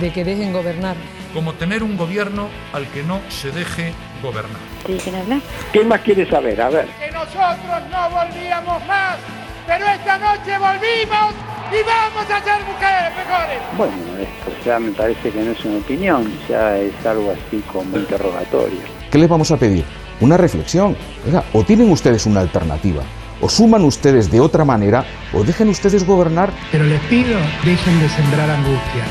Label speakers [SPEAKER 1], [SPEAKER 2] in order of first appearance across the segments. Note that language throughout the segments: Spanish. [SPEAKER 1] de que dejen gobernar.
[SPEAKER 2] Como tener un gobierno al que no se deje gobernar.
[SPEAKER 3] ¿Quién habla?
[SPEAKER 4] ¿Qué más quiere saber? A ver.
[SPEAKER 5] Que nosotros no volvíamos más, pero esta noche volvimos y vamos a ser mujeres mejores.
[SPEAKER 4] Bueno, esto ya me parece que no es una opinión, ya es algo así como interrogatorio.
[SPEAKER 6] ¿Qué les vamos a pedir? Una reflexión. Oiga, o tienen ustedes una alternativa, o suman ustedes de otra manera, o dejen ustedes gobernar.
[SPEAKER 7] Pero les pido, dejen de sembrar angustia.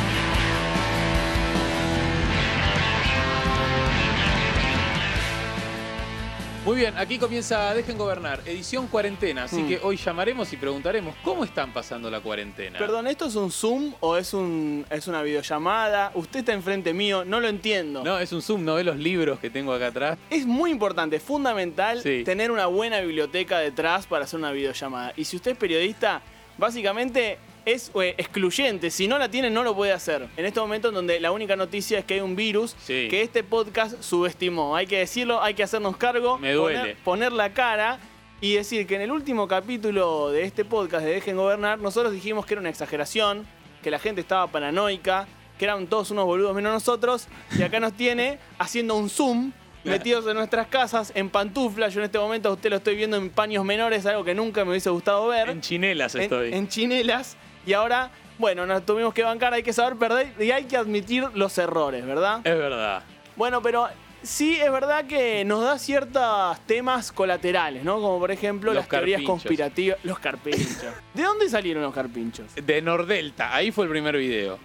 [SPEAKER 8] Muy bien, aquí comienza Dejen Gobernar, edición cuarentena, así
[SPEAKER 9] Mm.
[SPEAKER 8] que hoy llamaremos y preguntaremos cómo están pasando la cuarentena.
[SPEAKER 10] Perdón, ¿esto es un Zoom o es, un, es una videollamada? Usted está enfrente mío, no lo entiendo.
[SPEAKER 8] No, es un Zoom, no ve los libros que tengo acá atrás.
[SPEAKER 10] Es muy importante, fundamental
[SPEAKER 8] Sí.
[SPEAKER 10] tener una buena biblioteca detrás para hacer una videollamada. Y si usted es periodista, básicamente es eh, excluyente. Si no la tiene, no lo puede hacer. En este momento en donde la única noticia es que hay un virus
[SPEAKER 8] Sí.
[SPEAKER 10] que este podcast subestimó. Hay que decirlo, hay que hacernos cargo.
[SPEAKER 8] Me duele.
[SPEAKER 10] Poner, poner la cara. Y decir que en el último capítulo de este podcast de Dejen Gobernar, nosotros dijimos que era una exageración, que la gente estaba paranoica, que eran todos unos boludos menos nosotros, y acá nos tiene haciendo un zoom, metidos en nuestras casas, en pantuflas. Yo en este momento a usted lo estoy viendo en paños menores, algo que nunca me hubiese gustado ver.
[SPEAKER 8] En chinelas
[SPEAKER 10] En-
[SPEAKER 8] estoy.
[SPEAKER 10] en chinelas. Y ahora, bueno, nos tuvimos que bancar, hay que saber perder y hay que admitir los errores, ¿verdad?
[SPEAKER 8] Es verdad.
[SPEAKER 10] Bueno, pero sí es verdad que nos da ciertos temas colaterales, ¿no? Como por ejemplo
[SPEAKER 8] Los
[SPEAKER 10] las teorías
[SPEAKER 8] carpinchos.
[SPEAKER 10] conspirativas. Los carpinchos. ¿De dónde salieron los carpinchos?
[SPEAKER 8] De Nordelta, ahí fue el primer video.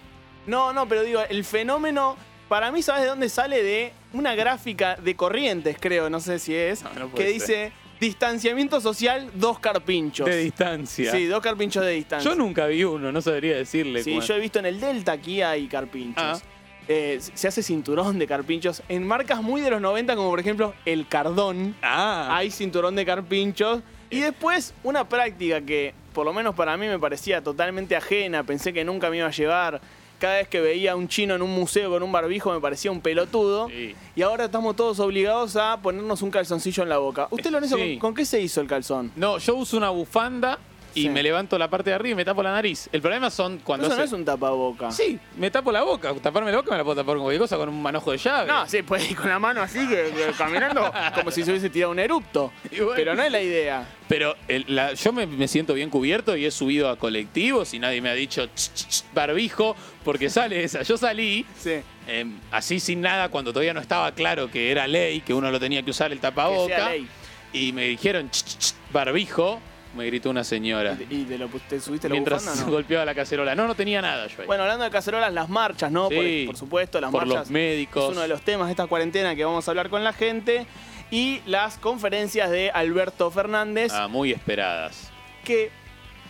[SPEAKER 10] No, no, pero digo, el fenómeno, para mí, ¿sabes de dónde sale? De una gráfica de corrientes, creo, no sé si es,
[SPEAKER 8] No, no puede
[SPEAKER 10] que
[SPEAKER 8] ser.
[SPEAKER 10] dice distanciamiento social, dos carpinchos.
[SPEAKER 8] De distancia.
[SPEAKER 10] Sí, dos carpinchos de distancia.
[SPEAKER 8] yo nunca vi uno, no sabría decirle.
[SPEAKER 10] Sí,
[SPEAKER 8] cuál.
[SPEAKER 10] yo he visto en el Delta aquí hay carpinchos.
[SPEAKER 8] Ah.
[SPEAKER 10] Eh, se hace cinturón de carpinchos en marcas muy de los 90, como por ejemplo el Cardón.
[SPEAKER 8] Ah,
[SPEAKER 10] Hay cinturón de carpinchos. Y después, una práctica que, por lo menos para mí, me parecía totalmente ajena. Pensé que nunca me iba a llevar. Cada vez que veía a un chino en un museo con un barbijo, me parecía un pelotudo.
[SPEAKER 8] Sí.
[SPEAKER 10] Y ahora estamos todos obligados a ponernos un calzoncillo en la boca. ¿Usted, Lorenzo,
[SPEAKER 8] Sí.
[SPEAKER 10] con, con qué se hizo el calzón?
[SPEAKER 8] No, yo uso una bufanda y
[SPEAKER 10] Sí.
[SPEAKER 8] me levanto la parte de arriba y me tapo la nariz. El problema son cuando
[SPEAKER 10] Eso no
[SPEAKER 8] hace-
[SPEAKER 10] es un tapaboca.
[SPEAKER 8] Sí, me tapo la boca. Taparme la boca me la puedo tapar con cualquier cosa, con un manojo de llave.
[SPEAKER 10] No, sí, puede ir con la mano así, que- que caminando, como si se hubiese tirado un erupto.
[SPEAKER 8] Y bueno.
[SPEAKER 10] Pero no es la idea.
[SPEAKER 8] Pero el- la- yo me, me siento bien cubierto y he subido a colectivos y nadie me ha dicho "Ch, ch, ch, barbijo porque sale esa. Yo salí
[SPEAKER 10] Sí.
[SPEAKER 8] em, así sin nada cuando todavía no estaba claro que era ley, que uno lo tenía que usar el
[SPEAKER 10] Que sea
[SPEAKER 8] tapaboca.
[SPEAKER 10] ley.
[SPEAKER 8] Y me dijeron "Ch, ch, ch, barbijo, me gritó una señora.
[SPEAKER 10] ¿Y te, lo, pu- te subiste la
[SPEAKER 8] Mientras
[SPEAKER 10] bufanda o no?
[SPEAKER 8] golpeaba la cacerola. No, no tenía nada yo ahí.
[SPEAKER 10] Bueno, hablando de cacerolas, las marchas, ¿no? Por-
[SPEAKER 8] Sí.
[SPEAKER 10] Por, supuesto, las
[SPEAKER 8] Por los
[SPEAKER 10] marchas.
[SPEAKER 8] médicos.
[SPEAKER 10] Es uno de los temas de esta cuarentena que vamos a hablar con la gente. Y las conferencias de Alberto Fernández,
[SPEAKER 8] Ah, muy esperadas.
[SPEAKER 10] que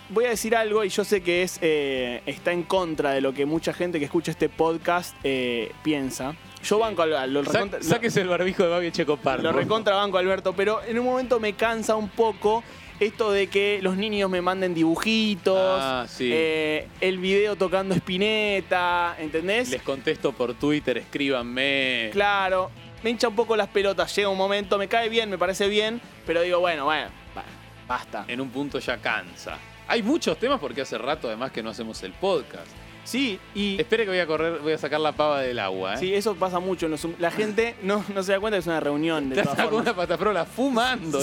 [SPEAKER 10] voy a decir algo y yo sé que es eh, está en contra de lo que mucha gente que escucha este podcast eh, piensa. Yo banco al, al- lo
[SPEAKER 8] Sa-
[SPEAKER 10] recontra- lo-
[SPEAKER 8] sáquese el barbijo de Babi Checopar.
[SPEAKER 10] Lo recontrabanco, Alberto, pero en un momento me cansa un poco esto de que los niños me manden dibujitos,
[SPEAKER 8] Ah, sí.
[SPEAKER 10] eh, el video tocando espineta, ¿entendés?
[SPEAKER 8] Les contesto por Twitter, escríbanme.
[SPEAKER 10] Claro, me hincha un poco las pelotas, llega un momento, me cae bien, me parece bien, pero digo, bueno, bueno, ba- basta.
[SPEAKER 8] En un punto ya cansa. Hay muchos temas porque hace rato además que no hacemos el podcast.
[SPEAKER 10] Sí, y...
[SPEAKER 8] Espere que voy a correr, voy a sacar la pava del agua, ¿eh?
[SPEAKER 10] Sí, eso pasa mucho. en los Zoom. la gente no, no se da cuenta que es una reunión. De
[SPEAKER 8] Te
[SPEAKER 10] todas
[SPEAKER 8] saco
[SPEAKER 10] formas.
[SPEAKER 8] una patafrola fumando.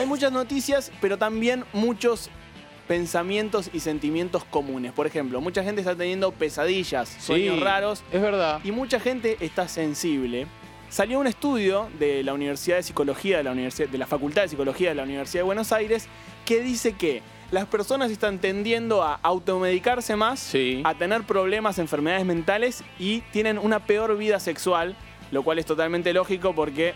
[SPEAKER 10] Hay muchas noticias, pero también muchos pensamientos y sentimientos comunes. Por ejemplo, mucha gente está teniendo pesadillas, sueños
[SPEAKER 8] Sí,
[SPEAKER 10] raros,
[SPEAKER 8] Es verdad.
[SPEAKER 10] y mucha gente está sensible. Salió un estudio de la Universidad de Psicología de la, Universidad, de la Facultad de Psicología de la Universidad de Buenos Aires que dice que las personas están tendiendo a automedicarse más,
[SPEAKER 8] Sí.
[SPEAKER 10] a tener problemas, enfermedades mentales y tienen una peor vida sexual, lo cual es totalmente lógico porque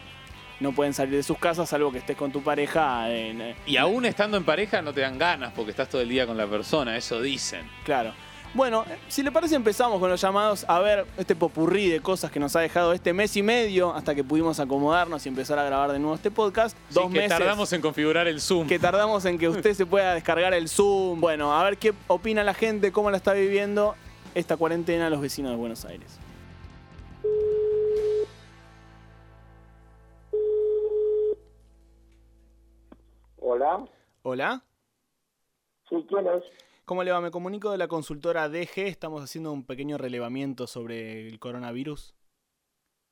[SPEAKER 10] no pueden salir de sus casas salvo que estés con tu pareja. en- eh,
[SPEAKER 8] Y aún estando en pareja no te dan ganas porque estás todo el día con la persona, eso dicen.
[SPEAKER 10] Claro. Bueno, eh, si le parece empezamos con los llamados a ver este popurrí de cosas que nos ha dejado este mes y medio hasta que pudimos acomodarnos y empezar a grabar de nuevo este podcast. Dos
[SPEAKER 8] Sí, que
[SPEAKER 10] meses
[SPEAKER 8] tardamos en configurar el Zoom.
[SPEAKER 10] que tardamos en que usted se pueda descargar el Zoom. Bueno, a ver qué opina la gente, cómo la está viviendo esta cuarentena los vecinos de Buenos Aires.
[SPEAKER 4] Hola,
[SPEAKER 10] Hola,
[SPEAKER 4] sí, ¿quién es?
[SPEAKER 10] ¿Cómo le va? Me comunico de la consultora DG. Estamos haciendo un pequeño relevamiento sobre el coronavirus.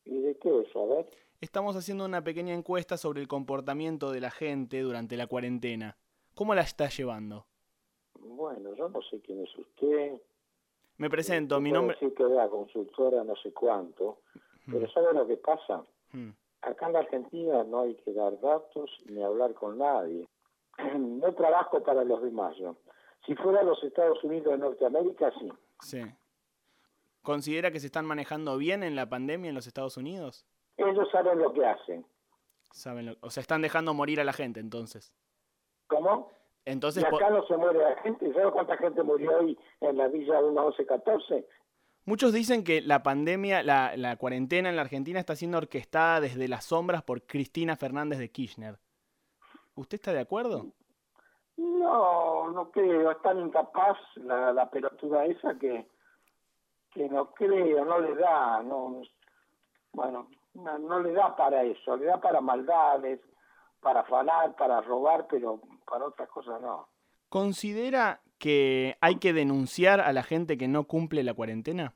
[SPEAKER 1] ¿Y de qué es? A ver.
[SPEAKER 10] Estamos haciendo una pequeña encuesta sobre el comportamiento de la gente durante la cuarentena. ¿Cómo la está llevando?
[SPEAKER 1] Bueno, yo no sé quién es usted.
[SPEAKER 10] Me presento,
[SPEAKER 1] Yo
[SPEAKER 10] mi
[SPEAKER 1] puedo
[SPEAKER 10] nombre...
[SPEAKER 1] decir que de la consultora no sé cuánto. Pero ¿sabe lo que pasa?
[SPEAKER 10] Mm.
[SPEAKER 1] Acá en la Argentina no hay que dar datos ni hablar con nadie. No trabajo para los demás yo. Si fuera los Estados Unidos de Norteamérica, sí.
[SPEAKER 10] Sí. ¿Considera que se están manejando bien en la pandemia en los Estados Unidos?
[SPEAKER 1] Ellos saben lo que hacen.
[SPEAKER 10] Saben lo- O sea, están dejando morir a la gente entonces.
[SPEAKER 1] ¿Cómo?
[SPEAKER 10] Entonces,
[SPEAKER 1] Y
[SPEAKER 10] po-
[SPEAKER 1] acá no se muere la gente. ¿Sabes cuánta gente murió hoy en la Villa 1114?
[SPEAKER 10] muchos dicen que la pandemia, la, la cuarentena en la Argentina está siendo orquestada desde las sombras por Cristina Fernández de Kirchner. ¿Usted está de acuerdo?
[SPEAKER 1] No, no creo. Es tan incapaz la, la pelotuda esa que, que no creo, no le da. no Bueno, no, no le da para eso. Le da para maldades, para afanar, para robar, pero para otras cosas no.
[SPEAKER 10] ¿Considera que hay que denunciar a la gente que no cumple la cuarentena?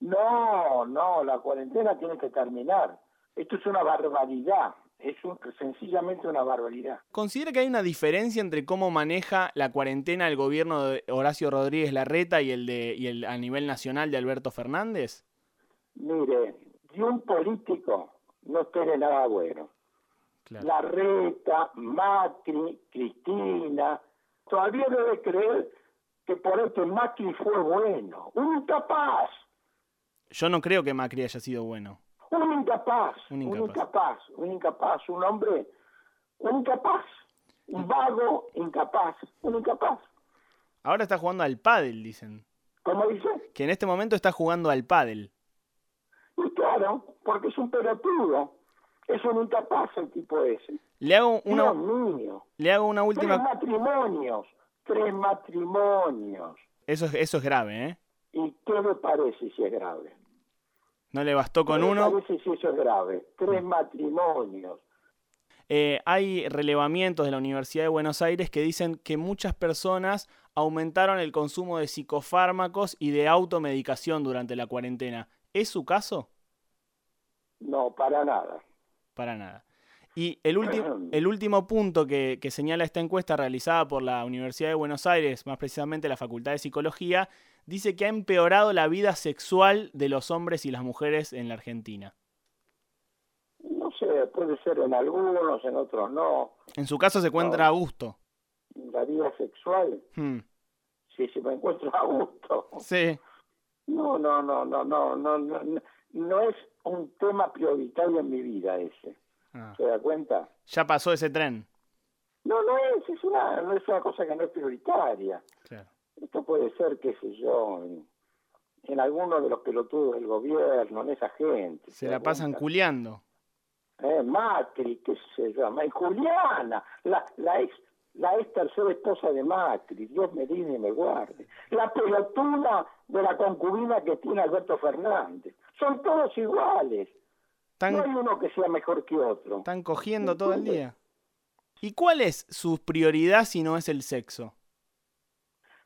[SPEAKER 1] No, no, la cuarentena tiene que terminar. Esto es una barbaridad. Es un- sencillamente una barbaridad.
[SPEAKER 10] ¿Considera que hay una diferencia entre cómo maneja la cuarentena el gobierno de Horacio Rodríguez Larreta y el de y el a nivel nacional de Alberto Fernández?
[SPEAKER 1] Mire, de un político no espere nada bueno.
[SPEAKER 10] Claro.
[SPEAKER 1] La Reta, Macri, Cristina. Todavía debe creer que por esto Macri fue bueno. Un incapaz,
[SPEAKER 10] Yo no creo que Macri haya sido bueno.
[SPEAKER 1] un incapaz, un
[SPEAKER 10] Un incapaz.
[SPEAKER 1] incapaz, un incapaz, un hombre, un incapaz, un vago incapaz, un incapaz.
[SPEAKER 10] Ahora está jugando al pádel, dicen.
[SPEAKER 1] Como dice,
[SPEAKER 10] Que en este momento está jugando al pádel.
[SPEAKER 1] y claro, porque es un pelotudo, es un incapaz el tipo ese.
[SPEAKER 10] Le hago
[SPEAKER 1] Una...
[SPEAKER 10] una, le hago una
[SPEAKER 1] Tres
[SPEAKER 10] última...
[SPEAKER 1] matrimonios, tres matrimonios.
[SPEAKER 10] Eso es, eso es grave, ¿eh?
[SPEAKER 1] ¿Y qué me parece si es grave?
[SPEAKER 10] No le bastó con
[SPEAKER 1] ¿Qué me
[SPEAKER 10] uno.
[SPEAKER 1] parece si eso es grave? Tres matrimonios.
[SPEAKER 10] Eh, hay relevamientos de la Universidad de Buenos Aires que dicen que muchas personas aumentaron el consumo de psicofármacos y de automedicación durante la cuarentena. ¿Es su caso?
[SPEAKER 1] No, para nada.
[SPEAKER 10] Para nada. Y el, último el último punto que, que señala esta encuesta realizada por la Universidad de Buenos Aires, más precisamente la Facultad de Psicología, dice que ha empeorado la vida sexual de los hombres y las mujeres en la Argentina.
[SPEAKER 1] No sé, puede ser en algunos, en otros no.
[SPEAKER 10] En su caso se encuentra a gusto.
[SPEAKER 1] La vida sexual,
[SPEAKER 10] Hmm,
[SPEAKER 1] si se me encuentro a gusto.
[SPEAKER 10] Sí.
[SPEAKER 1] No, no, no, no, no, no, no, no. No es un tema prioritario en mi vida ese.
[SPEAKER 10] Ah,
[SPEAKER 1] ¿Se da cuenta?
[SPEAKER 10] ya pasó ese tren.
[SPEAKER 1] No, no es, es una, no es una cosa que no es prioritaria.
[SPEAKER 10] Claro.
[SPEAKER 1] Esto puede ser, qué sé yo, en, en alguno de los pelotudos del gobierno, en esa gente.
[SPEAKER 10] Se
[SPEAKER 1] ¿te
[SPEAKER 10] la
[SPEAKER 1] das
[SPEAKER 10] pasan
[SPEAKER 1] cuenta?
[SPEAKER 10] culeando.
[SPEAKER 1] Eh, Macri, qué sé yo, Ma- Juliana, la, la ex la ex tercera esposa de Macri, Dios me libre y me guarde. La pelotuda de la concubina que tiene Alberto Fernández. Son todos iguales. No hay
[SPEAKER 10] Están,
[SPEAKER 1] uno que sea mejor que otro.
[SPEAKER 10] están cogiendo todo el día. ¿Y cuál es su prioridad si no es el sexo?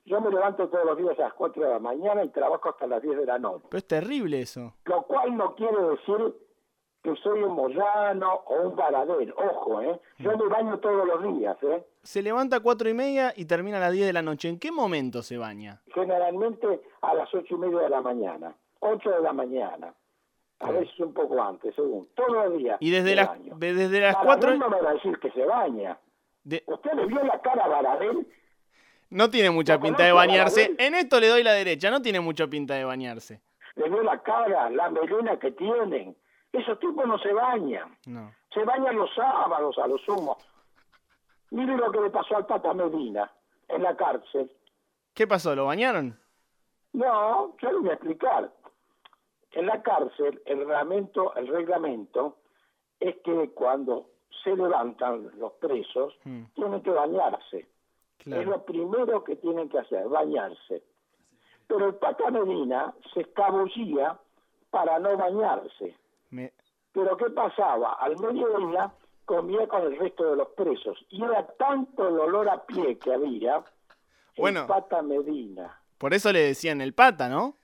[SPEAKER 1] Yo me levanto todos los días a las 4 de la mañana y trabajo hasta las 10 de la noche.
[SPEAKER 10] Pero es terrible eso.
[SPEAKER 1] lo cual no quiere decir que soy un moyano o un paradero. Ojo, ¿eh? Yo me baño todos los días, ¿eh?
[SPEAKER 10] Se levanta a cuatro y media y termina a las 10 de la noche. ¿En qué momento se baña?
[SPEAKER 1] Generalmente a las ocho y media de la mañana, ocho de la mañana, a veces un poco antes, según. Todos los días.
[SPEAKER 10] Y desde
[SPEAKER 1] me
[SPEAKER 10] las,
[SPEAKER 1] baño.
[SPEAKER 10] ve- desde las
[SPEAKER 1] Baradel
[SPEAKER 10] 4...
[SPEAKER 1] no me va a decir que se baña.
[SPEAKER 10] de-
[SPEAKER 1] ¿Usted le vio la cara a Baradel?
[SPEAKER 10] no tiene mucha
[SPEAKER 1] ¿Lo
[SPEAKER 10] pinta de
[SPEAKER 1] conoce a
[SPEAKER 10] bañarse.
[SPEAKER 1] Baradel?
[SPEAKER 10] En esto le doy la derecha. No tiene mucha pinta de bañarse.
[SPEAKER 1] ¿Le vio la cara, la melena que tienen? Esos tipos no se bañan.
[SPEAKER 10] No.
[SPEAKER 1] Se bañan los sábados a los sumo. Mire lo que le pasó al Tata Medina en la cárcel.
[SPEAKER 10] ¿Qué pasó? ¿Lo bañaron?
[SPEAKER 1] No, yo le voy a explicar. En la cárcel, el reglamento, el reglamento es que cuando se levantan los presos,
[SPEAKER 10] Mm.
[SPEAKER 1] tienen que bañarse. Es
[SPEAKER 10] Claro.
[SPEAKER 1] lo primero que tienen que hacer, bañarse. Pero el Pata Medina se escabullía para no bañarse.
[SPEAKER 10] Me-
[SPEAKER 1] Pero ¿qué pasaba? Al mediodía comía con el resto de los presos. Y era tanto el olor a pie que había,
[SPEAKER 10] Bueno.
[SPEAKER 1] el Pata Medina,
[SPEAKER 10] Por eso le decían el pata, ¿no?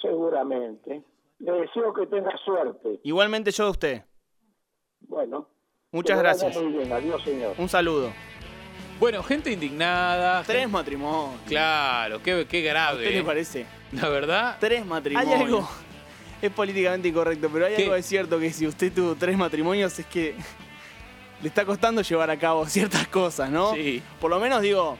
[SPEAKER 1] seguramente. Le deseo que tenga suerte.
[SPEAKER 10] Igualmente yo a usted.
[SPEAKER 1] Bueno.
[SPEAKER 10] Muchas
[SPEAKER 1] que le vaya
[SPEAKER 10] gracias.
[SPEAKER 1] muy bien. Adiós, señor.
[SPEAKER 10] Un saludo.
[SPEAKER 8] Bueno, gente indignada.
[SPEAKER 10] Tres
[SPEAKER 8] gente-
[SPEAKER 10] matrimonios.
[SPEAKER 8] Claro, qué, qué
[SPEAKER 10] ¿A usted
[SPEAKER 8] grave.
[SPEAKER 10] le parece?
[SPEAKER 8] La verdad,
[SPEAKER 10] Tres matrimonios. Hay algo. Es políticamente incorrecto, pero hay
[SPEAKER 8] ¿Qué?
[SPEAKER 10] algo de cierto que si usted tuvo tres matrimonios es que le está costando llevar a cabo ciertas cosas, ¿no?
[SPEAKER 8] sí.
[SPEAKER 10] Por lo menos digo,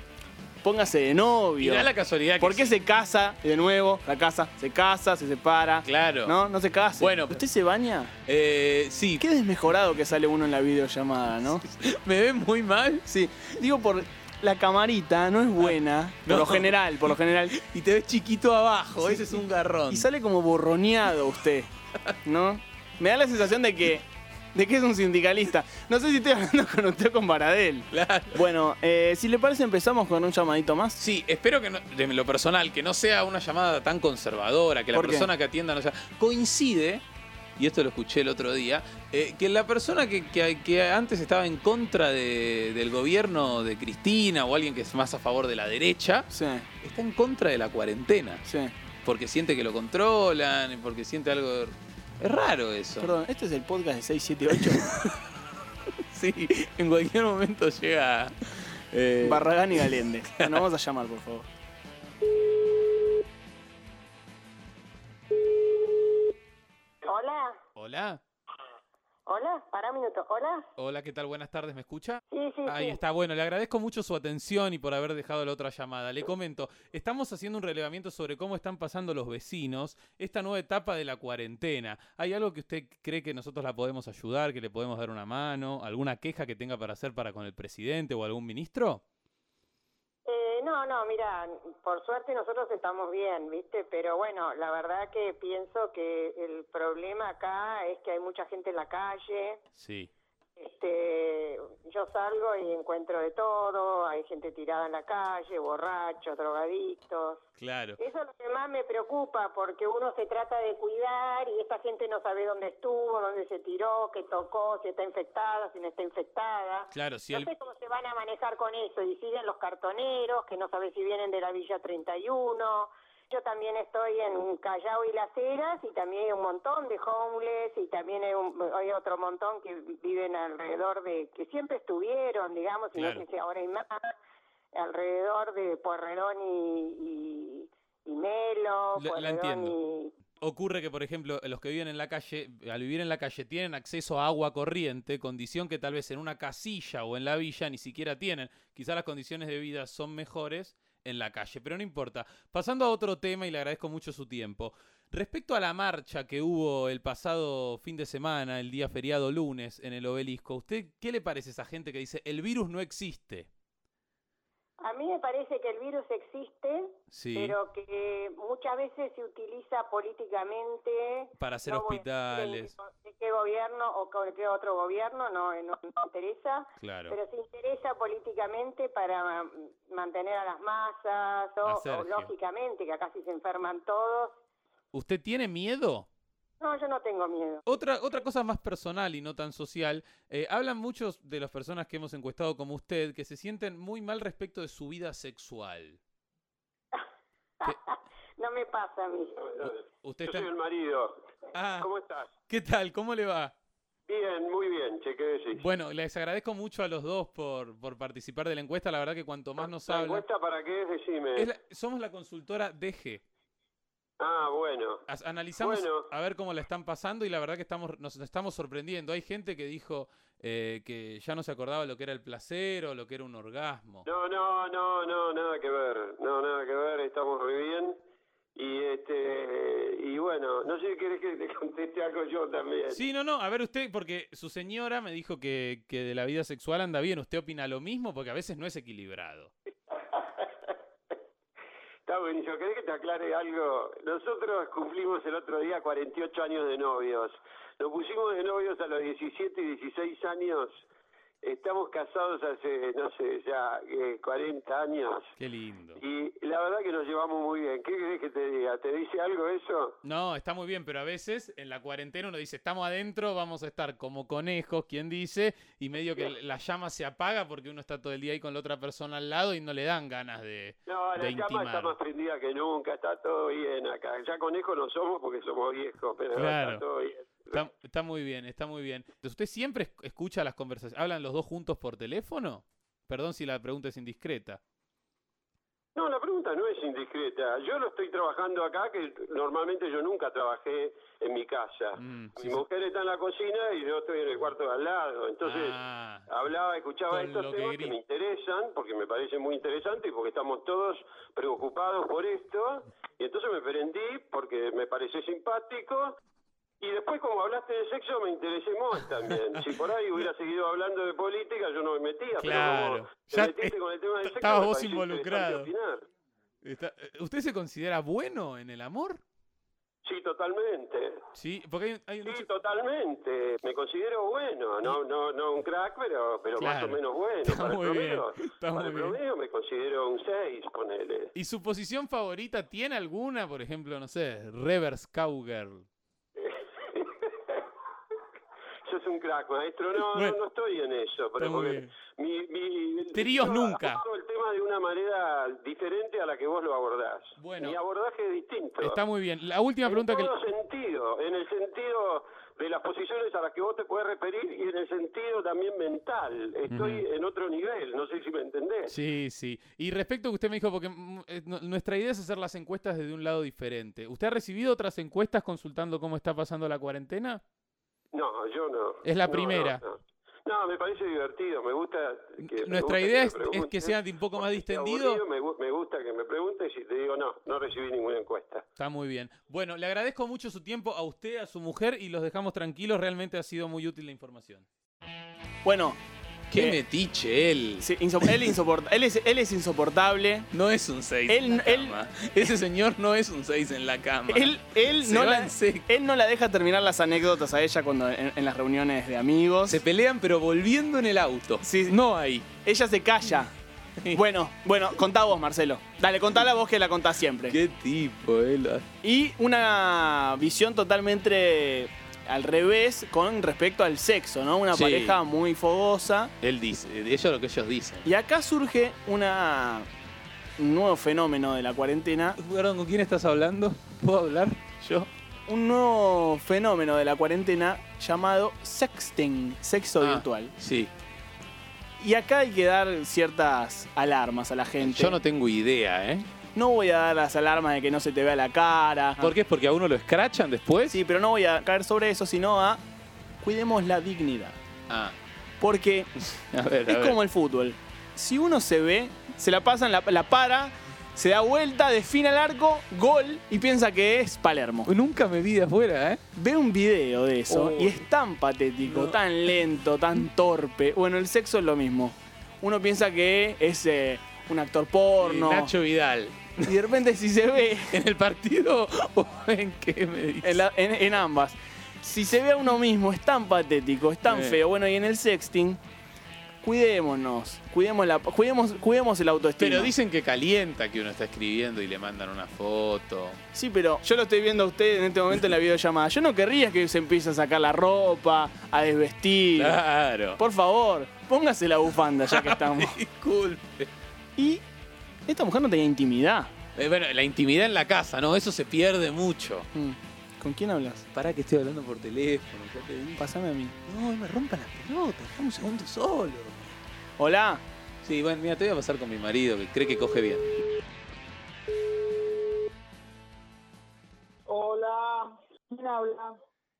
[SPEAKER 10] póngase de
[SPEAKER 8] Y
[SPEAKER 10] novio.
[SPEAKER 8] da la casualidad que
[SPEAKER 10] ¿Por qué
[SPEAKER 8] sí.
[SPEAKER 10] se casa de nuevo? La casa, se casa, se separa.
[SPEAKER 8] Claro.
[SPEAKER 10] No, no se casa.
[SPEAKER 8] Bueno,
[SPEAKER 10] ¿usted se baña?
[SPEAKER 8] Eh, sí,
[SPEAKER 10] Qué desmejorado que sale uno en la videollamada, ¿no?
[SPEAKER 8] me ven muy mal
[SPEAKER 10] Sí. Digo por la camarita no es buena, por
[SPEAKER 8] Ah, No.
[SPEAKER 10] lo general, por lo general.
[SPEAKER 8] y te ves chiquito abajo. Ese es un garrón.
[SPEAKER 10] Y sale como borroneado usted, ¿no? Me da la sensación de que, de que es un sindicalista. No sé si estoy hablando con usted o con Baradel.
[SPEAKER 8] Claro.
[SPEAKER 10] Bueno, eh, si le parece empezamos con un llamadito más.
[SPEAKER 8] Sí, espero que no, de lo personal, que no sea una llamada tan conservadora, que la
[SPEAKER 10] ¿Por qué?
[SPEAKER 8] persona que atienda no sea. Coincide, y esto lo escuché el otro día, eh, que la persona que, que- que antes estaba en contra de- del gobierno de Cristina o alguien que es más a favor de la derecha,
[SPEAKER 10] Sí,
[SPEAKER 8] está en contra de la cuarentena,
[SPEAKER 10] sí.
[SPEAKER 8] porque siente que lo controlan, y porque siente algo... Es raro eso.
[SPEAKER 10] Perdón, ¿este es el podcast de 678?
[SPEAKER 8] Sí, en cualquier momento llega... eh,
[SPEAKER 10] Barragán y Galende. Nos vamos a llamar, por favor.
[SPEAKER 3] Hola,
[SPEAKER 8] Hola.
[SPEAKER 3] hola, para un minuto, hola.
[SPEAKER 8] Hola, ¿qué tal? Buenas tardes, ¿me escucha?
[SPEAKER 3] Sí, sí,
[SPEAKER 8] Ahí
[SPEAKER 3] sí.
[SPEAKER 8] está, bueno, le agradezco mucho su atención y por haber dejado la otra llamada. Le comento, estamos haciendo un relevamiento sobre cómo están pasando los vecinos esta nueva etapa de la cuarentena. ¿Hay algo que usted cree que nosotros la podemos ayudar, que le podemos dar una mano? ¿Alguna queja que tenga para hacer para con el presidente o algún ministro?
[SPEAKER 3] Eh, no, no, mira, por suerte nosotros estamos bien, ¿viste? Pero bueno, la verdad que pienso que el problema acá es que hay mucha gente en la calle.
[SPEAKER 8] Sí,
[SPEAKER 3] Este, yo salgo y encuentro de todo, hay gente tirada en la calle, borrachos, drogadictos.
[SPEAKER 8] claro.
[SPEAKER 3] Eso es lo que más me preocupa, porque uno se trata de cuidar y esta gente no sabe dónde estuvo, dónde se tiró, qué tocó, si está infectada, si no está infectada.
[SPEAKER 8] Claro, si
[SPEAKER 3] no
[SPEAKER 8] el-
[SPEAKER 3] sé cómo se van a manejar con eso y siguen los cartoneros, que no sabe si vienen de la Villa 31. Yo también estoy en Callao y Las Heras y también hay un montón de homeless y también hay, un- hay otro montón que viven alrededor de, que siempre estuvieron, digamos, y no
[SPEAKER 8] Claro.
[SPEAKER 3] sé si ahora hay más, alrededor de Porredón y, y, y Melo,
[SPEAKER 8] La- la
[SPEAKER 3] Porredón
[SPEAKER 8] entiendo.
[SPEAKER 3] y...
[SPEAKER 8] Ocurre que, por ejemplo, los que viven en la calle, al vivir en la calle, tienen acceso a agua corriente, condición que tal vez en una casilla o en la villa ni siquiera tienen. Quizás las condiciones de vida son mejores en la calle, pero no importa. Pasando a otro tema, y le agradezco mucho su tiempo. Respecto a la marcha que hubo el pasado fin de semana, el día feriado lunes, en el obelisco, ¿usted qué le parece a esa gente que dice el virus no existe?
[SPEAKER 3] A mí me parece que el virus existe,
[SPEAKER 8] Sí.
[SPEAKER 3] pero que muchas veces se utiliza políticamente
[SPEAKER 8] Para hacer
[SPEAKER 3] no voy a decir
[SPEAKER 8] hospitales.
[SPEAKER 3] De, de qué gobierno o con qué otro gobierno no, no, no me interesa,
[SPEAKER 8] Claro.
[SPEAKER 3] pero se interesa políticamente para mm, mantener a las masas o-
[SPEAKER 8] A
[SPEAKER 3] o
[SPEAKER 8] Sergio.
[SPEAKER 3] lógicamente que acá si se enferman todos.
[SPEAKER 8] ¿Usted tiene miedo?
[SPEAKER 3] No, yo no tengo miedo.
[SPEAKER 8] Otra, otra cosa más personal y no tan social, eh, hablan muchos de las personas que hemos encuestado como usted que se sienten muy mal respecto de su vida sexual.
[SPEAKER 3] No me pasa a mí.
[SPEAKER 8] Usted está...
[SPEAKER 1] marido.
[SPEAKER 8] Ah,
[SPEAKER 1] estás?
[SPEAKER 8] ¿qué tal? ¿Cómo le va?
[SPEAKER 1] Bien, muy bien, che, ¿qué decís?
[SPEAKER 8] Bueno, les agradezco mucho a los dos por, por participar de la encuesta. La verdad que cuanto más nos
[SPEAKER 1] ¿La
[SPEAKER 8] hablan...
[SPEAKER 1] encuesta para qué es? Decime.
[SPEAKER 8] Es la- somos la consultora DG.
[SPEAKER 1] Ah, bueno.
[SPEAKER 8] As- Analizamos
[SPEAKER 1] Bueno.
[SPEAKER 8] a ver cómo la están pasando y la verdad que estamos, nos estamos sorprendiendo. Hay gente que dijo eh, que ya no se acordaba lo que era el placer o lo que era un orgasmo.
[SPEAKER 1] No, no, no, no, nada que ver. No, nada que ver, estamos re bien. Y este y bueno, no sé si querés que te conteste algo yo también.
[SPEAKER 8] Sí, no, no, a ver usted, porque su señora me dijo que, que de la vida sexual anda bien, ¿usted opina lo mismo? Porque a veces no es equilibrado.
[SPEAKER 1] Está buenísimo. ¿Querés que te aclare algo? Nosotros cumplimos el otro día 48 años de novios. Nos pusimos de novios a los 17 y 16 años Estamos casados hace, no sé, ya eh, 40 años.
[SPEAKER 8] Qué lindo.
[SPEAKER 1] Y la verdad que nos llevamos muy bien. ¿Qué querés que te diga? ¿Te dice algo eso?
[SPEAKER 8] No, está muy bien, pero a veces en la cuarentena uno dice, estamos adentro, vamos a estar como conejos, quien dice, y medio que la llama se apaga porque uno está todo el día ahí con la otra persona al lado y no le dan ganas de...
[SPEAKER 1] No, la
[SPEAKER 8] De
[SPEAKER 1] llama está
[SPEAKER 8] intimar.
[SPEAKER 1] más prendida que nunca. Está todo bien acá. Ya conejos no somos porque somos viejos, pero
[SPEAKER 8] Claro.
[SPEAKER 1] está todo bien.
[SPEAKER 8] Está, está muy bien, está muy bien. Entonces, ¿usted siempre esc- escucha las conversaciones? ¿Hablan los dos juntos por teléfono? Perdón si la pregunta es indiscreta.
[SPEAKER 1] No, la pregunta no es indiscreta. Yo lo estoy trabajando acá, que normalmente yo nunca trabajé en mi casa.
[SPEAKER 8] Mm, sí,
[SPEAKER 1] mi
[SPEAKER 8] sí.
[SPEAKER 1] mujer está en la cocina y yo estoy en el cuarto de al lado. Entonces,
[SPEAKER 8] Ah,
[SPEAKER 1] hablaba, escuchaba
[SPEAKER 8] Con lo
[SPEAKER 1] estos
[SPEAKER 8] que
[SPEAKER 1] temas que
[SPEAKER 8] grita.
[SPEAKER 1] me interesan, porque me parecen muy interesantes y porque estamos todos preocupados por esto. Y entonces me prendí porque me pareció simpático. Y después, como hablaste de sexo, me interesé más también. Si por ahí hubiera seguido hablando de política, yo no me metía.
[SPEAKER 8] Claro.
[SPEAKER 1] Pero como te
[SPEAKER 8] Ya
[SPEAKER 1] metiste
[SPEAKER 8] te-
[SPEAKER 1] con el tema del sexo,
[SPEAKER 8] estabas
[SPEAKER 1] me
[SPEAKER 8] vos
[SPEAKER 1] pareció
[SPEAKER 8] involucrado.
[SPEAKER 1] interesante opinar.
[SPEAKER 8] está- eh, ¿Usted se considera bueno en el amor?
[SPEAKER 1] Sí, totalmente.
[SPEAKER 8] Sí, porque hay, hay un...
[SPEAKER 1] Sí, totalmente. Me considero bueno. No, no, no un crack, pero, pero más o
[SPEAKER 8] Claro.
[SPEAKER 1] menos bueno.
[SPEAKER 8] Está
[SPEAKER 1] para el
[SPEAKER 8] muy bien,
[SPEAKER 1] promedio, para
[SPEAKER 8] está muy
[SPEAKER 1] el
[SPEAKER 8] bien.
[SPEAKER 1] promedio me considero un 6, ponele.
[SPEAKER 8] ¿Y su posición favorita tiene alguna? Por ejemplo, no sé, reverse cowgirl.
[SPEAKER 1] Sos un crack, maestro. No,
[SPEAKER 8] Bueno.
[SPEAKER 1] no, no estoy en eso. Pero
[SPEAKER 8] Está muy
[SPEAKER 1] porque
[SPEAKER 8] bien.
[SPEAKER 1] mi, mi,
[SPEAKER 8] Tríos
[SPEAKER 1] yo
[SPEAKER 8] nunca.
[SPEAKER 1] abordo el tema de una manera diferente a la que vos lo abordás.
[SPEAKER 8] Bueno.
[SPEAKER 1] Mi abordaje es distinto.
[SPEAKER 8] Está muy bien. La última pregunta
[SPEAKER 1] en
[SPEAKER 8] que...
[SPEAKER 1] todo sentido, en el sentido de las posiciones a las que vos te puedes referir y en el sentido también mental. Estoy en otro nivel, no sé si me entendés.
[SPEAKER 8] Sí, sí. Y respecto a que usted me dijo, porque mm, eh, nu- nuestra idea es hacer las encuestas desde un lado diferente. ¿Usted ha recibido otras encuestas consultando cómo está pasando la cuarentena?
[SPEAKER 1] No, yo no.
[SPEAKER 8] Es la
[SPEAKER 1] No,
[SPEAKER 8] primera.
[SPEAKER 1] No, no. No, me parece divertido, me gusta que... me gusta
[SPEAKER 8] Nuestra
[SPEAKER 1] que me
[SPEAKER 8] idea es, es que
[SPEAKER 1] preguntes,
[SPEAKER 8] sea un poco más
[SPEAKER 1] porque estoy
[SPEAKER 8] distendido.
[SPEAKER 1] aburrido, Me, gu- me gusta que me preguntes y te digo, no, no recibí ninguna encuesta.
[SPEAKER 8] Está muy bien. Bueno, le agradezco mucho su tiempo a usted, a su mujer y los dejamos tranquilos. Realmente ha sido muy útil la información.
[SPEAKER 10] Bueno,
[SPEAKER 9] Qué
[SPEAKER 10] Eh,
[SPEAKER 9] metiche él.
[SPEAKER 10] sí, insop- él, insoporta- él, es, él es insoportable.
[SPEAKER 9] No es un 6
[SPEAKER 10] Él-
[SPEAKER 9] en la
[SPEAKER 10] él-
[SPEAKER 9] cama. Ese señor no es un 6 en la cama.
[SPEAKER 10] Él, él,
[SPEAKER 9] Se
[SPEAKER 10] no
[SPEAKER 9] va
[SPEAKER 10] la,
[SPEAKER 9] en seco.
[SPEAKER 10] él no la deja terminar las anécdotas a ella cuando en, en las reuniones de amigos.
[SPEAKER 9] Se pelean pero volviendo en el auto.
[SPEAKER 10] Sí.
[SPEAKER 9] No ahí.
[SPEAKER 10] Ella se calla. Bueno, bueno, contá vos, Marcelo. Dale, contala vos que la contás siempre.
[SPEAKER 9] Qué tipo, él.
[SPEAKER 10] Y una visión totalmente al revés con respecto al sexo, ¿no? Una
[SPEAKER 9] Sí.
[SPEAKER 10] pareja muy fogosa.
[SPEAKER 9] Él dice, de ellos lo que ellos dicen.
[SPEAKER 10] Y acá surge una, un nuevo fenómeno de la cuarentena.
[SPEAKER 9] Perdón, ¿con quién estás hablando? ¿Puedo hablar? Yo.
[SPEAKER 10] Un nuevo fenómeno de la cuarentena llamado sexting, sexo
[SPEAKER 9] Ah.
[SPEAKER 10] virtual.
[SPEAKER 9] Sí.
[SPEAKER 10] Y acá hay que dar ciertas alarmas a la gente.
[SPEAKER 9] Yo no tengo idea, ¿eh?
[SPEAKER 10] No voy a dar las alarmas de que no se te vea la cara.
[SPEAKER 9] ¿Por qué? ¿Es porque a uno lo escrachan después?
[SPEAKER 10] Ah. Sí, pero no voy a caer sobre eso, sino a cuidemos la dignidad.
[SPEAKER 9] Ah,
[SPEAKER 10] Porque
[SPEAKER 9] a ver, a
[SPEAKER 10] es
[SPEAKER 9] ver.
[SPEAKER 10] como el fútbol. Si uno se ve, se la pasan, la, la para, se da vuelta, define el arco, gol y piensa que es Palermo.
[SPEAKER 9] Nunca me vi de afuera, ¿eh?
[SPEAKER 10] Ve un video de eso
[SPEAKER 9] Oh.
[SPEAKER 10] y es tan patético,
[SPEAKER 9] No.
[SPEAKER 10] tan lento, tan torpe. Bueno, el sexo es lo mismo. Uno piensa que es eh, un actor porno.
[SPEAKER 9] Nacho Vidal.
[SPEAKER 10] Y de repente si se ve
[SPEAKER 9] ¿En el partido o en qué me dice?
[SPEAKER 10] en, la- en- en ambas. Si se ve a uno mismo, es tan patético, es tan
[SPEAKER 9] Eh.
[SPEAKER 10] feo. Bueno, y en el sexting, cuidémonos, cuidemos, la, cuidemos, cuidemos el autoestima.
[SPEAKER 9] Pero dicen que calienta que uno está escribiendo y le mandan una foto.
[SPEAKER 10] Sí, pero yo lo estoy viendo a usted en este momento en la videollamada. Yo no querría que se empiece a sacar la ropa, a desvestir.
[SPEAKER 9] Claro.
[SPEAKER 10] Por favor, póngase la bufanda ya que estamos.
[SPEAKER 9] Disculpe.
[SPEAKER 10] Y esta mujer no tenía intimidad.
[SPEAKER 9] Eh, bueno, la intimidad en la casa, ¿no? Eso se pierde mucho.
[SPEAKER 10] Mm, ¿Con quién hablas?
[SPEAKER 9] Pará que estoy hablando por teléfono, ya te digo.
[SPEAKER 10] Pásame a mí.
[SPEAKER 9] No, me rompan las pelotas, dame un segundo solo.
[SPEAKER 10] Hola.
[SPEAKER 9] Sí, bueno, mira, te voy a pasar con mi marido que cree que coge bien.
[SPEAKER 3] Hola, ¿quién habla?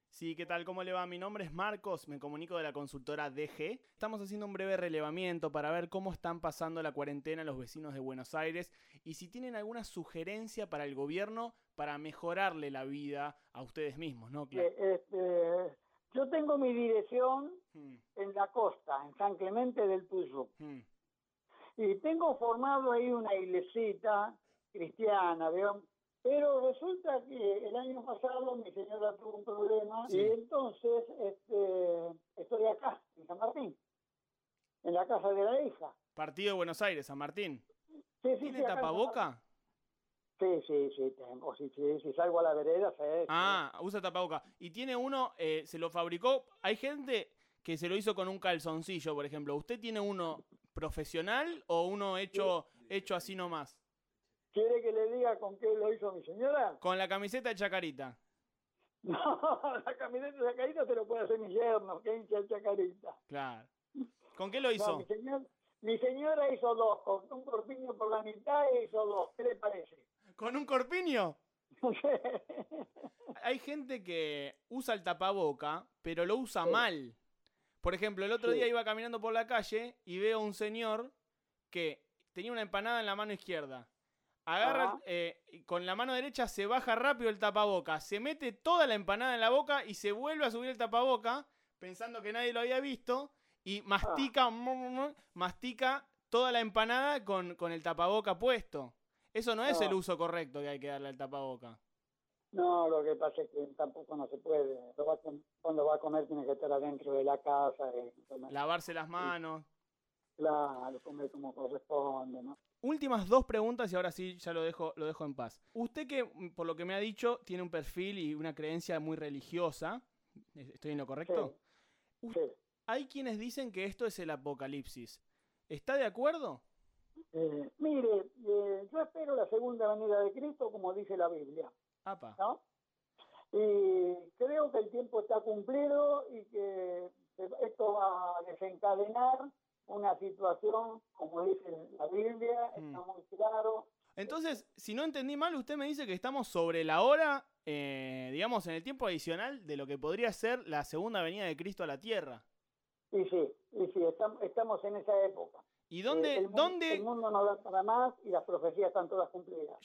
[SPEAKER 10] Sí, ¿qué tal? ¿Cómo le va? Mi nombre es Marcos, me comunico de la consultora DG. Estamos haciendo un breve relevamiento para ver cómo están pasando la cuarentena los vecinos de Buenos Aires y si tienen alguna sugerencia para el gobierno para mejorarle la vida a ustedes mismos, ¿no? Claro.
[SPEAKER 3] Eh, este, yo tengo mi dirección
[SPEAKER 10] Mm,
[SPEAKER 3] en la costa, en San Clemente del Tuyo.
[SPEAKER 10] mm.
[SPEAKER 3] Y tengo formado ahí una iglesita cristiana, ¿veo? Pero resulta que el año pasado mi señora tuvo un problema
[SPEAKER 10] Sí.
[SPEAKER 1] eh,
[SPEAKER 3] y entonces este, estoy acá, en San Martín.
[SPEAKER 1] en la casa de la hija.
[SPEAKER 10] Partido de Buenos Aires, San Martín.
[SPEAKER 1] Sí, sí,
[SPEAKER 10] ¿Tiene
[SPEAKER 1] sí, acá en San
[SPEAKER 10] tapaboca?
[SPEAKER 1] Sí, sí, sí, tengo. Si, si, si salgo a la vereda, se
[SPEAKER 10] Ah, usa tapaboca. Y tiene uno, eh, se lo fabricó. Hay gente que se lo hizo con un calzoncillo, por ejemplo. ¿Usted tiene uno profesional o uno hecho, hecho así nomás?
[SPEAKER 1] ¿Quiere que le diga con qué lo hizo mi señora?
[SPEAKER 10] Con la camiseta de chacarita.
[SPEAKER 1] No, la camiseta de Chacarita se lo puede hacer mi yerno, que hincha el Chacarita.
[SPEAKER 10] Claro. ¿Con qué lo
[SPEAKER 1] No,
[SPEAKER 10] hizo?
[SPEAKER 1] mi, señor- mi señora hizo dos, con un corpiño por la mitad e hizo dos. ¿Qué le parece?
[SPEAKER 10] ¿Con un corpiño? Hay gente que usa el tapaboca, pero lo usa mal. Por ejemplo, el otro
[SPEAKER 1] Sí.
[SPEAKER 10] día iba caminando por la calle y veo a un señor que tenía una empanada en la mano izquierda. Agarra,
[SPEAKER 1] Ajá.
[SPEAKER 10] eh, y con la mano derecha se baja rápido el tapaboca, se mete toda la empanada en la boca y se vuelve a subir el tapaboca, pensando que nadie lo había visto,
[SPEAKER 1] Ah.
[SPEAKER 10] y mastica, mu, mu, mu, mastica toda la empanada con, con el tapaboca puesto. Eso no es
[SPEAKER 1] Ah.
[SPEAKER 10] el uso correcto que hay que darle al tapaboca.
[SPEAKER 1] No, lo que pasa es que tampoco no se puede. Lo va a com- cuando va a comer tiene que estar adentro de la casa. eh, y comer-
[SPEAKER 10] Lavarse las manos.
[SPEAKER 1] Claro, comer como corresponde, ¿no?
[SPEAKER 10] Últimas dos preguntas y ahora sí ya lo dejo, lo dejo en paz. Usted que, mm, por lo que me ha dicho, tiene un perfil y una creencia muy religiosa. ¿E- ¿Estoy en lo correcto? U- Hay quienes dicen que esto es el apocalipsis. ¿Está de acuerdo?
[SPEAKER 1] Eh, mire, eh, yo espero la segunda venida de Cristo, como dice la Biblia,
[SPEAKER 10] Apa.
[SPEAKER 1] ¿no? Y creo que el tiempo está cumplido y que esto va a desencadenar una situación, como dice la Biblia,
[SPEAKER 10] Mm.
[SPEAKER 1] está muy claro.
[SPEAKER 10] Entonces, si no entendí mal, usted me dice que estamos sobre la hora, eh, digamos, en el tiempo adicional de lo que podría ser la segunda venida de Cristo a la tierra.
[SPEAKER 1] Y sí, y sí, estamos, estamos en esa época.
[SPEAKER 10] ¿Y
[SPEAKER 1] Eh,
[SPEAKER 10] dónde,
[SPEAKER 1] el, mundo,
[SPEAKER 10] dónde
[SPEAKER 1] el mundo no da para más y las profecías están todas cumplidas.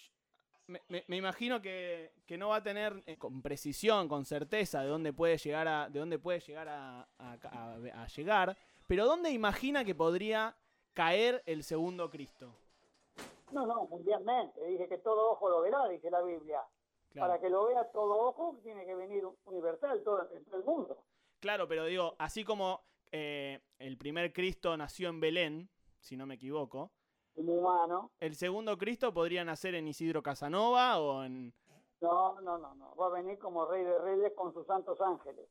[SPEAKER 10] Me, me- me imagino que, que no va a tener eh, con precisión, con certeza, de dónde puede llegar a, de dónde puede llegar a, a- a- a llegar, pero dónde imagina que podría caer el segundo Cristo.
[SPEAKER 1] No, no, mundialmente. Dice que todo ojo lo verá, dice la Biblia.
[SPEAKER 10] Claro.
[SPEAKER 1] Para que lo vea todo ojo, tiene que venir universal todo, en todo el mundo.
[SPEAKER 10] Claro, pero digo, así como eh, el primer Cristo nació en Belén, si no me equivoco,
[SPEAKER 1] El humano.
[SPEAKER 10] el segundo Cristo podría nacer en Isidro Casanova o en.
[SPEAKER 1] No, no, no, no. Va a venir como rey de reyes con sus santos ángeles.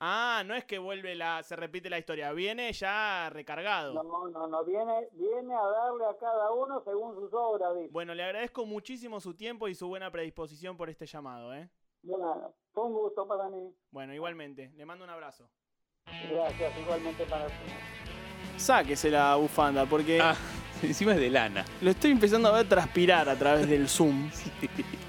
[SPEAKER 10] Ah, no es que vuelve la, se repite la historia, viene ya recargado.
[SPEAKER 1] No, no, no, no. Viene, viene a darle a cada uno según sus obras, dice.
[SPEAKER 10] Bueno, le agradezco muchísimo su tiempo y su buena predisposición por este llamado, ¿eh?
[SPEAKER 1] Bueno, fue un gusto para mí.
[SPEAKER 10] Bueno, igualmente, le mando un abrazo.
[SPEAKER 1] Gracias, igualmente para ti.
[SPEAKER 10] Sáquese la bufanda, porque
[SPEAKER 9] Encima es de lana.
[SPEAKER 10] lo estoy empezando a ver transpirar a través del Zoom.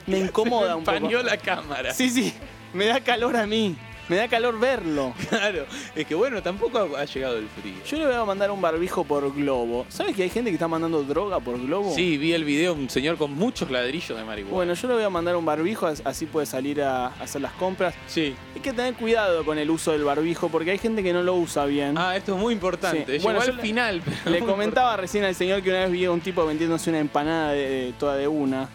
[SPEAKER 10] Me incomoda un poco.
[SPEAKER 9] Pañó la cámara.
[SPEAKER 10] Sí, sí, me da calor a mí. Me da calor verlo.
[SPEAKER 9] Claro. Es que bueno, tampoco ha, ha llegado el frío.
[SPEAKER 10] Yo le voy a mandar un barbijo por globo. ¿Sabes que hay gente que está mandando droga por globo?
[SPEAKER 9] Sí, vi el video, un señor con muchos ladrillos de marihuana.
[SPEAKER 10] Bueno, yo le voy a mandar un barbijo, as- así puede salir a a hacer las compras.
[SPEAKER 9] Sí.
[SPEAKER 10] Hay que tener cuidado con el uso del barbijo porque hay gente que no lo usa bien.
[SPEAKER 9] Ah, esto es muy importante.
[SPEAKER 10] Sí. Bueno,
[SPEAKER 9] Llegó
[SPEAKER 10] yo
[SPEAKER 9] al
[SPEAKER 10] le-
[SPEAKER 9] final. pero
[SPEAKER 10] Le
[SPEAKER 9] muy
[SPEAKER 10] comentaba recién al señor que una vez vi a un tipo vendiéndose una empanada de, de- toda de una.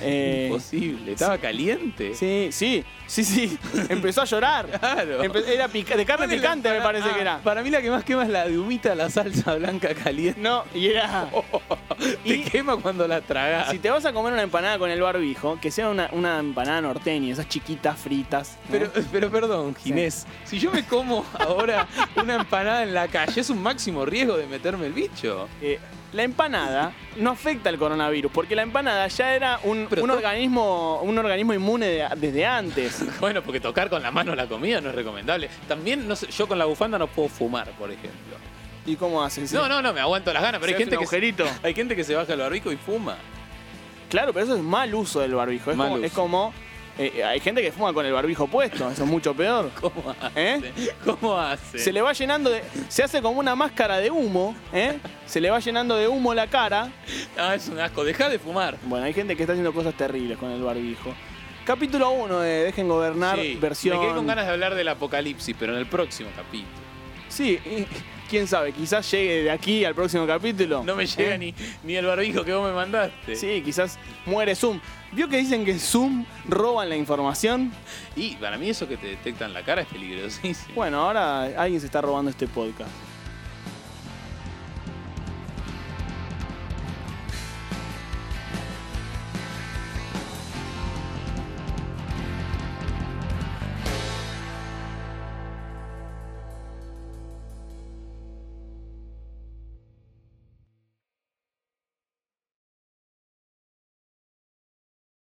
[SPEAKER 10] Eh,
[SPEAKER 9] Imposible. Estaba caliente.
[SPEAKER 10] sí, sí, sí, sí. Empezó a llorar.
[SPEAKER 9] Claro.
[SPEAKER 10] Empe- era pica- de carne
[SPEAKER 9] ¿Cuál es la
[SPEAKER 10] picante, me
[SPEAKER 9] empanada?
[SPEAKER 10] parece
[SPEAKER 9] Ah,
[SPEAKER 10] que era.
[SPEAKER 9] Para mí la que más quema es la de humita, la salsa blanca caliente. Oh.
[SPEAKER 10] No, y era.
[SPEAKER 9] Te quema cuando la tragas.
[SPEAKER 10] Si te vas a comer una empanada con el barbijo, que sea una, una empanada norteña, esas chiquitas fritas. ¿no?
[SPEAKER 9] Pero, pero perdón, Ginés, si yo me como ahora una empanada en la calle, es un máximo riesgo de meterme el bicho.
[SPEAKER 10] Eh, la empanada no afecta al coronavirus, porque la empanada ya era un,
[SPEAKER 9] Pero
[SPEAKER 10] un
[SPEAKER 9] to-
[SPEAKER 10] organismo, un organismo inmune de- desde antes.
[SPEAKER 9] Bueno, porque tocar con la mano la comida no es recomendable. También, no sé, yo con la bufanda no puedo fumar, por ejemplo.
[SPEAKER 10] ¿Y cómo hacen?
[SPEAKER 9] No, no, no, me aguanto las ganas, pero hay gente, que se,
[SPEAKER 10] agujerito.
[SPEAKER 9] hay gente que se baja el barbico y fuma.
[SPEAKER 10] Claro, pero eso es mal uso del barbijo. Es
[SPEAKER 9] Mal
[SPEAKER 10] como,
[SPEAKER 9] uso.
[SPEAKER 10] es como, eh, hay gente que fuma con el barbijo puesto, eso es mucho peor.
[SPEAKER 9] ¿Cómo hace?
[SPEAKER 10] ¿Eh?
[SPEAKER 9] ¿Cómo hace?
[SPEAKER 10] Se le va llenando de. Se hace como una máscara de humo, ¿eh? Se le va llenando de humo la cara.
[SPEAKER 9] Ah, es un asco. Deja de fumar.
[SPEAKER 10] Bueno, hay gente que está haciendo cosas terribles con el barbijo. Capítulo 1 de Dejen Gobernar,
[SPEAKER 9] Sí,
[SPEAKER 10] versión.
[SPEAKER 9] Me quedé con ganas de hablar del apocalipsis, pero en el próximo capítulo.
[SPEAKER 10] Sí, y- quién sabe, quizás llegue de aquí al próximo capítulo.
[SPEAKER 9] No me llega ni, ni el barbijo que vos me mandaste.
[SPEAKER 10] Sí, quizás muere Zoom. ¿Vio que dicen que Zoom roban la información?
[SPEAKER 9] Y para mí eso que te detectan la cara es peligrosísimo.
[SPEAKER 10] Bueno, ahora alguien se está robando este podcast.